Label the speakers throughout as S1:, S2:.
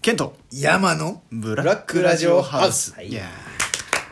S1: ケント
S2: 山の
S1: ブ
S2: ラックラジオハウス
S1: いや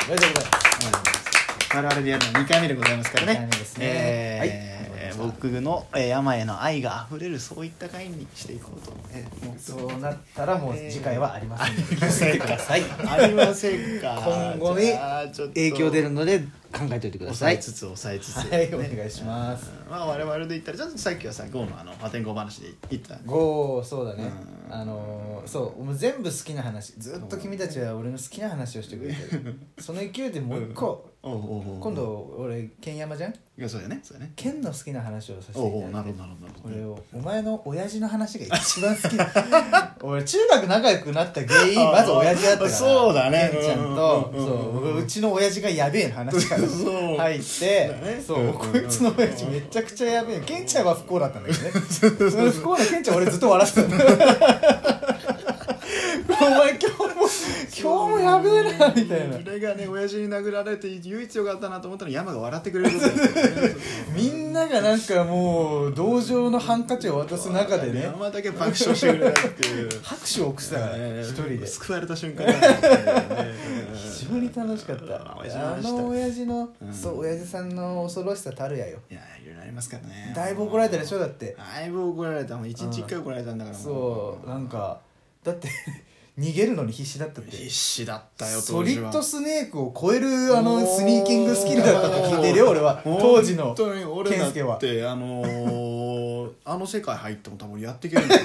S2: おめでとうございます
S1: ー我々でやるの2回目でございますからね
S2: 二回目ですね
S1: えー
S2: はい
S1: えー僕の、えー山への愛があふれるそういった回にしていこうと、 えーもう
S2: そうなったらもう
S1: えー
S2: 次回はありませんので気をつけてください
S1: ありませんか
S2: 今後に
S1: じゃあちょっと
S3: 影響出るので考えておいてくださ
S1: 抑え
S3: い
S1: つつ抑えつつ、
S2: はいお願いします
S1: まあ我々で言ったらちょっとさっきはさゴーのあの破天荒話で言った
S2: ゴーそうだね
S1: うん
S2: あのーそうもう全部好きな話ずっと君たちは俺の好きな話をしてくれ てるその勢いでもう一個
S1: おうおうおう
S2: 今度俺剣山じゃん
S1: いやそうだねそうだね
S2: 剣の好きな話をさせてい
S1: おうおう
S2: ただ
S1: ないる
S2: て
S1: ほどなるほどなるほど
S2: 俺をお前の親父の話が一番好き だ俺中学仲良くなった原因
S1: あ
S2: まず親父だったから
S1: そうだね
S2: ケンちゃんと
S1: うんうんうんうん
S2: そううちの親父がやべえの話から
S1: そう
S2: 入って
S1: だね
S2: そう
S1: うんうん
S2: こいつの親父めちゃくちゃやべえケンちゃんは不幸だったんだけ どねその不幸なケンちゃん俺ずっと笑ってたんだお前今日も今日もやべえなみたいな
S1: 俺がね親父に殴られて唯一よかったなと思ったのは山が笑ってくれることだったよね
S2: みんながなんかもう同情のハンカチを渡す中 でね
S1: 山だけ爆笑してくれたっていう
S2: 拍手を送ってたからね一人 で
S1: 救われた瞬 間だったね
S2: 非常に楽しかっ
S1: あ
S2: た
S1: 親父の話
S2: あ
S1: した
S2: の親父の、
S1: うん
S2: そう親父さんの恐ろしさたるやよ
S1: いやいろいろありますからね
S2: だいぶ怒られたでしょだって
S1: だいぶ怒られたもう一日一回怒られたんだからも
S2: そうなんかだって 逃げるのに必死だったって
S1: 必死だったよ
S2: ソリッド
S1: ス
S2: スネークを超えるあのスニーキングスキルだったと聞いてるよ俺は当時の
S1: 本当に俺だって
S2: 健
S1: あのー、あの世界入っても多分やっていけるんだよ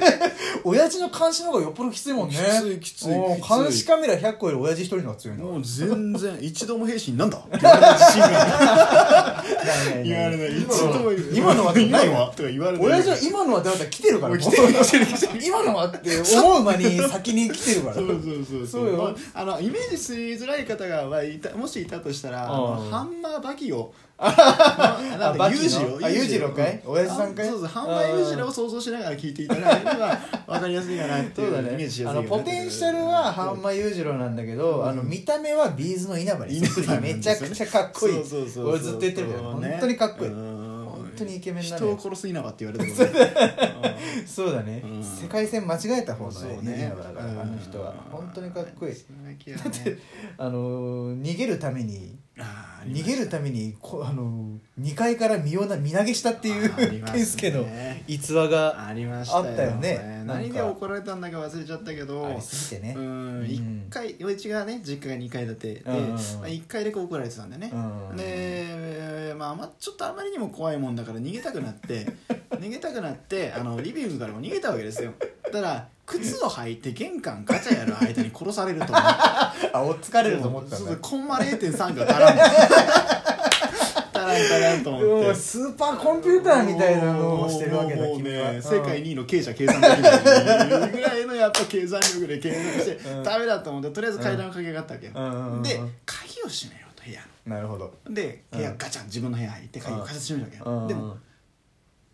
S2: 親父の監視の方がよっぽどきついもんね
S1: きついきつい
S2: もう
S1: きつい
S2: 監視カメラ100個より親父一人の方が強いの
S1: もう全然一度も兵士になんだって言われる自信が言われない一度も言う
S2: 今のはない
S1: 今のはとか言われない
S2: 親父は今のはだって来てるから
S1: もう来てる来てる来てる
S2: 今のはって思う間に先に来てるから
S1: そうそうそう
S2: そうよ
S1: まあ、あのイメージしづらい方が、まあ、いたもしいたとしたら、あの
S2: うん
S1: ハンマーバキを
S2: あ
S1: あ
S2: バキのあ
S1: 裕
S2: 裕
S1: 次
S2: 次
S1: 郎
S2: 郎かい親父さんかい
S1: あそうそうハンマー裕次郎を想像しながら聞いていただければ分かりやすいかなってい
S2: そううだ
S1: イメー
S2: ね
S1: ジしや
S2: あ
S1: すい
S2: のポテンシャルは半間裕次郎なんだけど、あの見た目はビーズの稲葉に
S1: 稲葉なんですよね
S2: めちゃくちゃかっこいい
S1: そうそうそうそう
S2: 俺ずっと言ってるけど
S1: そう
S2: 本
S1: ね
S2: 当にかっこいい、
S1: うん
S2: 本当にイケメンなの
S1: 人
S2: よ
S1: を殺す稲葉って言われてもね
S2: そうだね、
S1: うん
S2: 世界線間違えた方の
S1: そうね
S2: 稲葉だから、
S1: うん
S2: あの人は本当にかっこい い
S1: だって
S2: あのー逃げるために
S1: あー
S2: 逃げるためにこあのー2階から身をな身投げしたってい
S1: あり
S2: う
S1: ますね
S2: 健介の逸話が
S1: ありましたよ
S2: あったよね
S1: 何で
S2: なんか
S1: 怒られたんだか忘れちゃったけど
S2: ありすぎてね、
S1: うん一回うちがね実家が2階建てで、
S2: うんうんうん
S1: まあ、1階でこう怒られてたんだよね、
S2: うん
S1: で、えーまあ、まあちょっとあまりにも怖いもんだから逃げたくなって 逃げたくなってあのリビングからも逃げたわけですよたら靴を履いて玄関ガチャやる間に殺されると思って
S2: あお疲れると思った
S1: そ
S2: ん
S1: う
S2: だ
S1: そうコンマ0.3が絡んでタランタランと思って
S2: うんスーパーコンピューターみたいなのをしてるわけだ
S1: もうもう
S2: 君は、
S1: ね、
S2: う
S1: 世
S2: ん
S1: 界2位の経営者計算できないぐらいのやっぱ計算力で計算して
S2: うん
S1: ダメだと思ってとりあえず階段を駆け上がったわけよ、
S2: うんうんうんうん
S1: で鍵を閉めようと部屋
S2: なるほど
S1: ので部屋
S2: うん
S1: ガチャン自分の部屋入って鍵をガチャン閉めるわけよ、
S2: うん
S1: でも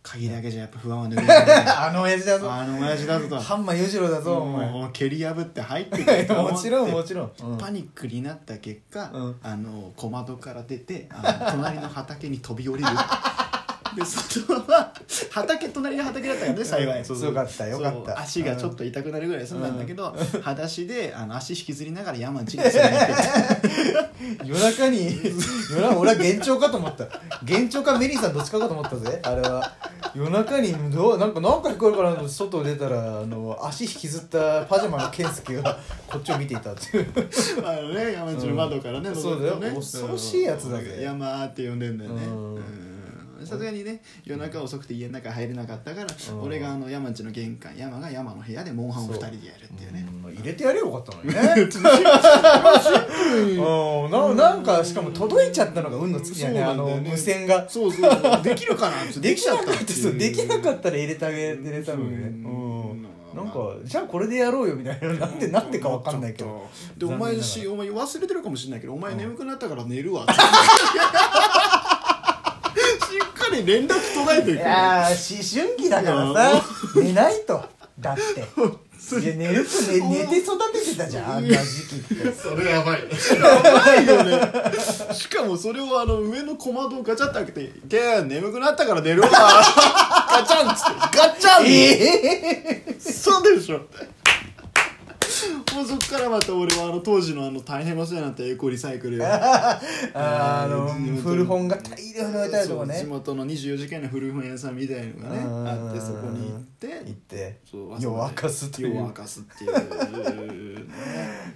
S1: 鍵だけじゃやっぱ不安は抜けない
S2: あの親父だぞ
S1: あの親父だぞと
S2: ハンマー裕次郎だぞお前
S1: もう蹴り破って入ってくると思って
S2: もちろんもちろん、うん
S1: パニックになった結果、
S2: うん
S1: あの小窓から出てあの 隣の畑に飛び降りるでそのまま畑隣の畑だったよね幸
S2: う
S1: い
S2: んよかったよかった
S1: そう足がちょっと痛くなるぐらいそうなんだけど、裸足であの足引きずりながら山地に 攻めて
S2: 夜中に夜中俺は幻聴かと思った幻聴かメリーさんどっちかかと思ったぜあれは夜中にどうなんか何か聞こえるから外出たらあの足引きずったパジャマの健介がこっちを見ていたっていう
S1: あのね山地の窓からね、
S2: う
S1: 覗くと
S2: ん
S1: ね
S2: そうだよ恐ろしいやつだぜ
S1: うん山って呼んでんだよね
S2: うん
S1: うんさすがにね夜中遅くて家の中入れなかったから、
S2: うん
S1: 俺があの山地の玄関山が山の部屋でモンハンを2人でやるっていうね
S2: うん入れてやれよかったのにね うんななんかしかも届いちゃったのが運の尽きだよね
S1: そ
S2: あ
S1: うなんだよ
S2: の
S1: ね
S2: 無線が
S1: そうそうそうできるかなって
S2: できなかった
S1: ていう
S2: そうできなかったら入れてあげてたのにね
S1: うん
S2: うんなんかじゃあこれでやろうよみたいななんでなんでかわかんない
S1: ち
S2: け
S1: ょっと
S2: ど
S1: でお前しお前忘れてるかもしれないけどお前眠くなったから寝るわってし っかり連絡途絶えて
S2: い
S1: いく
S2: やー思春期だからさ寝ないと だっていや寝ると寝寝て育ててたじゃんあんな時期って
S4: それやばい
S1: ないよねしかもそれをあの上の小窓をガチャって開けて「ゲー眠くなったから寝るわ」ガチャンっつってガチャン
S2: ええ
S1: そうでしょもうそっからまた俺はあの当時のあの大変お世話になったエコリサイクルよ
S2: あーあの
S1: うん
S2: 古本が大量に置いてあるとこ
S1: そう地
S2: ね
S1: 元の24時間の古本屋さんみたいのがね
S2: うん
S1: あってそこに行って
S2: 行って
S1: そう
S2: 夜明かすという
S1: 夜明かすって いう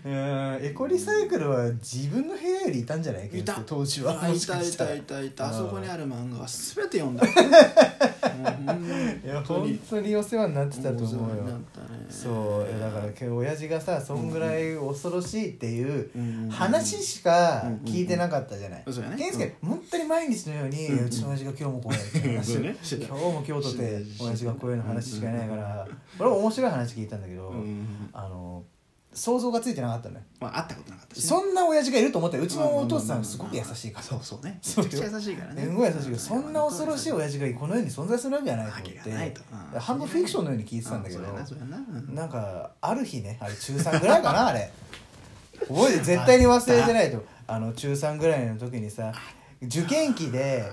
S2: うんエコリサイクルは自分の部屋よりいたんじゃない
S1: いた
S2: 当時は
S1: あ
S2: も
S1: い
S2: しか
S1: たい
S2: したら
S1: たいたいたあそこにある漫画は全て読んだ
S2: いや本当にお世話になってたと思う
S1: お世話にな
S2: よ
S1: ったね
S2: そういやだから今日親父がさそんぐらい恐ろしいっていう
S1: うん
S2: 話しか聞いてなかったじゃない
S1: うんうんうんそうやね
S2: 健介本当に毎日のように
S1: うん
S2: うちの親父が今日もこうやって話
S1: そう
S2: 今
S1: ね
S2: 日も今日とて親父がこういうの話しかいないから俺も面白い話聞いたんだけど
S1: うん
S2: あの想像がついてなかったのよ
S1: まあ会ったことなかったしね
S2: そんな親父がいると思ったようちのお父さ
S1: うん
S2: んすごく優しいから
S1: そうそうね
S2: そう
S1: めちゃくちゃ優しいからね
S2: すごい優しいけどそんな恐ろしい親父がこの世に存在するわけがない
S1: わ
S2: と
S1: け
S2: 思っ
S1: がないとう
S2: て
S1: ん
S2: 半分フィクションのように聞いてたんだけど
S1: あそうやなそうやな
S2: なんかある日ねあれ中3ぐらいかなあれ覚えて絶対に忘れてないとあの中3ぐらいの時にさ受験期で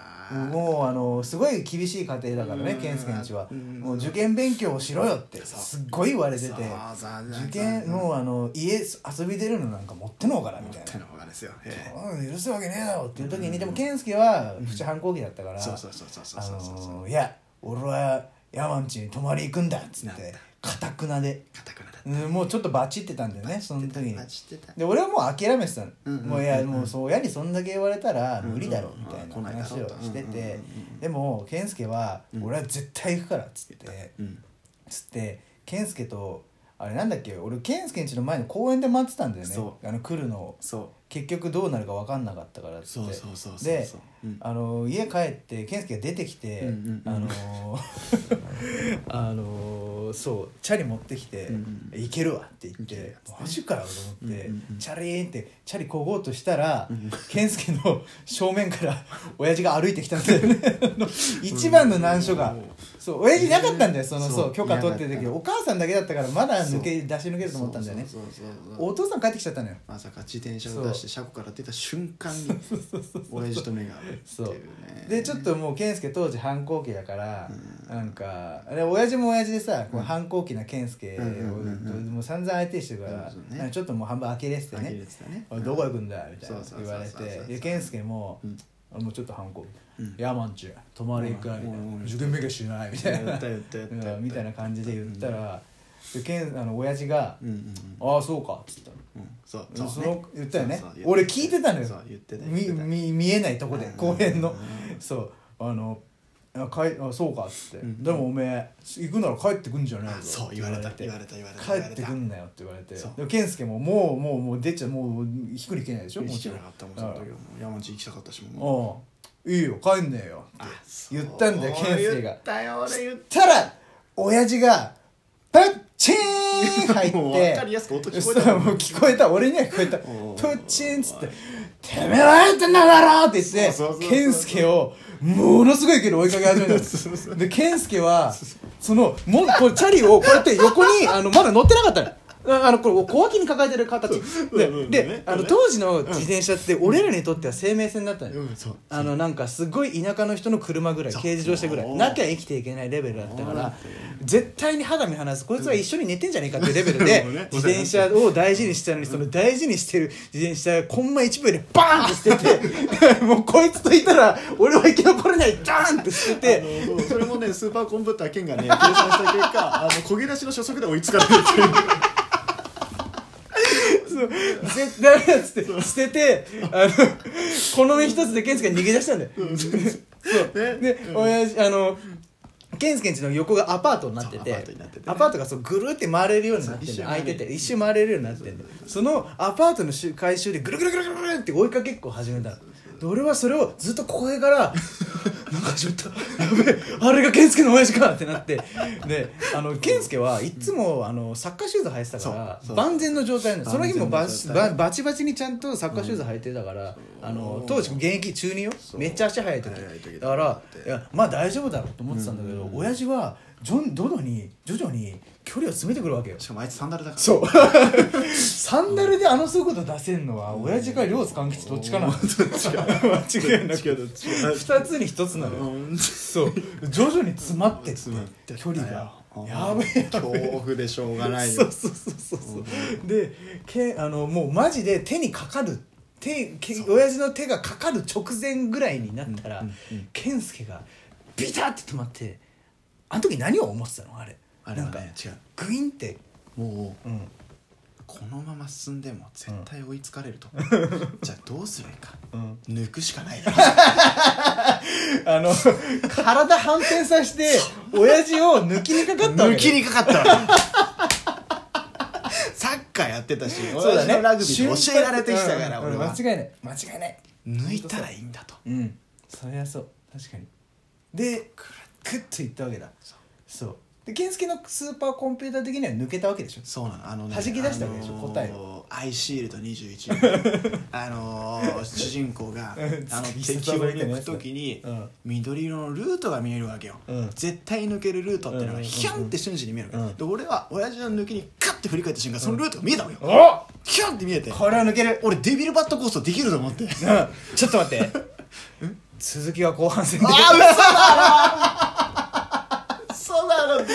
S2: もうあのすごい厳しい家庭だからね
S1: うん
S2: 健介んちは
S1: うん
S2: もう受験勉強をしろよって
S1: そう
S2: すっごい言われてて
S1: そうそうそう
S2: 受験もうあの家遊び出るのなんか持ってのほうからみたいな
S1: 手の方がですよえ
S2: うん許すわけねえだろっていう時にでも健介は不知反抗期だったか
S1: え
S2: ら
S1: そうそうそうそうそう
S2: あ
S1: そ
S2: の
S1: うそう
S2: ーいや俺は山んちに泊まり行くんだっつっ
S1: なってた
S2: かたくなで、
S1: 硬くなった
S2: うんもうちょっとバチってたんだよねその時に
S1: あ知ってた
S2: で俺はもう諦めてたの、
S1: うんうん
S2: もういやもうそう親にそんだけ言われたら
S1: うんうん
S2: 無理だろうみたい
S1: あ来
S2: な
S1: ないだ
S2: 話
S1: ろう
S2: を
S1: と
S2: して
S1: うんうんうん
S2: て
S1: うん
S2: でも健介は
S1: うん
S2: 俺は絶対行くからっつって
S1: うん
S2: つって健介とあれなんだっけ俺健介ん家の前の公園で待ってたんだよね
S1: そ
S2: あの来るのを
S1: そ
S2: 結局どうなるか分かんなかったからっ
S1: う
S2: つ
S1: そ
S2: っ
S1: う
S2: て
S1: そうそうそう
S2: で
S1: そううん
S2: あの家帰って健介が出てきて、
S1: うんうんうん
S2: あの あのそうチャリ持ってきて「
S1: うんうん
S2: 行けるわ」って言
S1: い
S2: っ
S1: ける
S2: て
S1: やつね
S2: 「マジかよ」と思って、
S1: うんうんうん
S2: チャリーンってチャリこごうとしたら、
S1: うん
S2: 健介の 正面から 親父が歩いてきたんだよね あの一番の難所が。そう親父いなかったんだよその
S1: そう
S2: そう許可取ってる
S1: い
S2: 時
S1: なか
S2: お母さんだけだったからまだ抜け出し抜けると思ったんだよね
S1: そうそうそうそう
S2: お父さん帰ってきちゃったのよ
S1: まさか自転車を出して車庫から出た瞬間に親父と目が合うっていうね
S2: でちょっともう健介当時反抗期だから、なんかで親父も親父でさ、こう反抗期な健介を、
S1: うんうんうんうん
S2: もう散々相手してるから、
S1: そうそうね
S2: なんかちょっともう半分呆れてて
S1: 呆れ
S2: ね
S1: てたね
S2: 「おいどこ行くんだ?」みたいな
S1: そうそうそう
S2: 言われ
S1: そうそうそう
S2: てで健介も
S1: うん
S2: 「俺もうちょっと反抗
S1: うん
S2: ヤマンチュ泊まり行くか」みたい
S1: うんうんうん
S2: な「受験勉強しない」みたい
S1: 言
S2: な
S1: った言った言った言った
S2: うんみたいな感じで言ったら、で健あの親父が
S1: うんうんうん
S2: 「ああそうか」っつったの。
S1: うんそう
S2: そ
S1: そうね
S2: の言ったよね
S1: そうそう言ってた
S2: 俺聞いてたのよ
S1: そう言ってた
S2: み
S1: 言ってた
S2: み見えないとこで
S1: うん
S2: 公園の
S1: う
S2: そうあのあかいあそうかっつって、
S1: うん
S2: でもおめえ行くなら帰ってくんじゃない
S1: あ
S2: ぞ
S1: そう
S2: って
S1: 言われた言われた言われた言われた
S2: 帰ってくんなよって言われて
S1: そう
S2: でも健介ももうもうもう出ちゃもうひっくりけないでしょも
S1: 行
S2: ち
S1: き
S2: ろ
S1: なんかったもんその時はもう山地行きたかったしもう
S2: うんいいよ帰んねえよって
S1: あそう
S2: 言ったんだよ健介
S1: 言
S2: が
S1: ったよ俺言っ
S2: したら親父がプッチーン入 って
S1: もう分かりやすく音聞こえた
S2: そうもう聞こえた俺には聞こえたプ
S1: おー
S2: ッチーンっつって「てめえはやってんだろ!」って言って
S1: そうそうそうそう
S2: 健介をものすごい勢いで追いかけ始めた
S1: そうそ
S2: ので健介はそのもうこれチャリをこうやって横にあのまだ乗ってなかったの。ああのこれ小脇に抱えてる形
S1: う
S2: で
S1: んうんね
S2: であの
S1: ね
S2: 当時の自転車って俺らにとっては生命線だったのよ
S1: うんそう
S2: あのなんかすごい田舎の人の車ぐらい
S1: そう
S2: 軽自動車ぐらいなきゃ生きていけないレベルだった
S1: そ
S2: か
S1: うなん
S2: ら
S1: だ
S2: 絶対に肌身離すこいつは一緒に寝てんじゃねえかっていうレベルで
S1: うんうん
S2: 自転車を大事にしてたのにその大事にしてる自転車コンマ1秒でバーンって捨ててもうこいつといたら俺は生き残れないダーンって捨て
S1: あ
S2: て
S1: のそうそれもねスーパーコンピューター剣がね計 算した結果あの焦げ出しの初速で追いつかれるっていう
S2: そう絶対ダメだっつって捨ててあのこの身一つで健介が逃げ出したんだよ。
S1: ね
S2: で、親父あの健介んちの横がアパートになって
S1: そ
S2: て
S1: うアパートになっててね
S2: アパートがそうぐるって回れるようになって
S1: そう一
S2: て
S1: 周
S2: 開
S1: 回れ
S2: い
S1: る
S2: てて一周回れるようになっててそのアパートの周回収でぐるぐるぐるぐるぐるって追いかけっこを始めたので俺はそれをずっとここからなんかちょっとやべえあれが健介の親父かってなってであの健介はいつもあのサッカーシューズ履いてたか
S1: そうそ
S2: ら
S1: う
S2: 万全の状態なのその日もバ
S1: 万全
S2: チ
S1: の状態
S2: ババチバチにちゃんとサッカーシューズ履いてたから、あの当時現役中二よ
S1: う
S2: めっちゃ足速い時
S1: 速い時
S2: だからいやまあ大丈夫だろうと思ってたんだけど、親父は徐々徐々に徐々に距離を詰めてくるわけよ
S1: しかもあいつサンダルだから
S2: そうサンダルであの速度出せんのは親父か両津勘吉どっちかな 間違いなく
S1: どっちか
S2: 2つに1つなのよ
S1: うん
S2: そう徐々に詰まってって
S1: 詰まってった
S2: 距
S1: よ
S2: 離がやべえ
S1: 恐怖でしょうがない
S2: そ
S1: よ
S2: うそうそうそうそうでけあのもうマジで手にかかる手け親父の手がかかる直前ぐらいになったら、健介がビタって止まってあの時何を思ってたのあれ
S1: あれは
S2: なんか
S1: ね違う
S2: グインって、
S1: もう
S2: うん
S1: このまま進んでも絶対追いつかれると、じゃあどうするか
S2: うん、
S1: 抜くしかない
S2: あの体反転させて親父を抜きにかかったわけ
S1: 抜きにかかったわ サッカーやってたし
S2: そう
S1: 親
S2: だ
S1: 父
S2: ね
S1: のラグビーで教えられてきたから
S2: うん
S1: 俺は
S2: 間違いない間違いない
S1: 抜いたらいいんだと
S2: うんそりゃそう確かにでクッといったわけだ
S1: そう
S2: そうで健介のスーパーコンピューター的には抜けたわけでしょ
S1: そうなのあのね
S2: 弾き出したわけでしょ
S1: あのー
S2: 答え
S1: アイシールド21 あのー主人公があの
S2: 必
S1: 敵
S2: 殺
S1: を
S2: 技みたいな
S1: 抜
S2: や
S1: く
S2: つだ
S1: 時に
S2: うん
S1: 緑色のルートが見えるわけよ、
S2: うん
S1: 絶対抜けるルートっての
S2: うんうんうんう
S1: が
S2: ん
S1: ヒャンって瞬時に見えるわけ、
S2: うん
S1: で俺は親父の抜きにカッて振り返った瞬間そのルートが見えたのよ、
S2: お
S1: ヒャンって見えて
S2: これは抜ける
S1: 俺デビルバットコーストできると思って
S2: うんちょっと 待って続きは後半戦で
S1: そうなのデ
S2: デ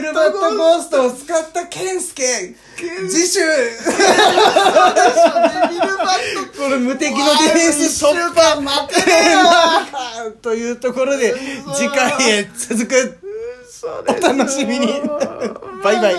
S2: ビルバットゴーストを使った健介次週
S1: ビルバッ
S2: これ無敵のディフェン ス突破
S1: 破待て
S2: というところで次回へ続く
S1: そ
S2: お楽しみにバイバイ
S1: イ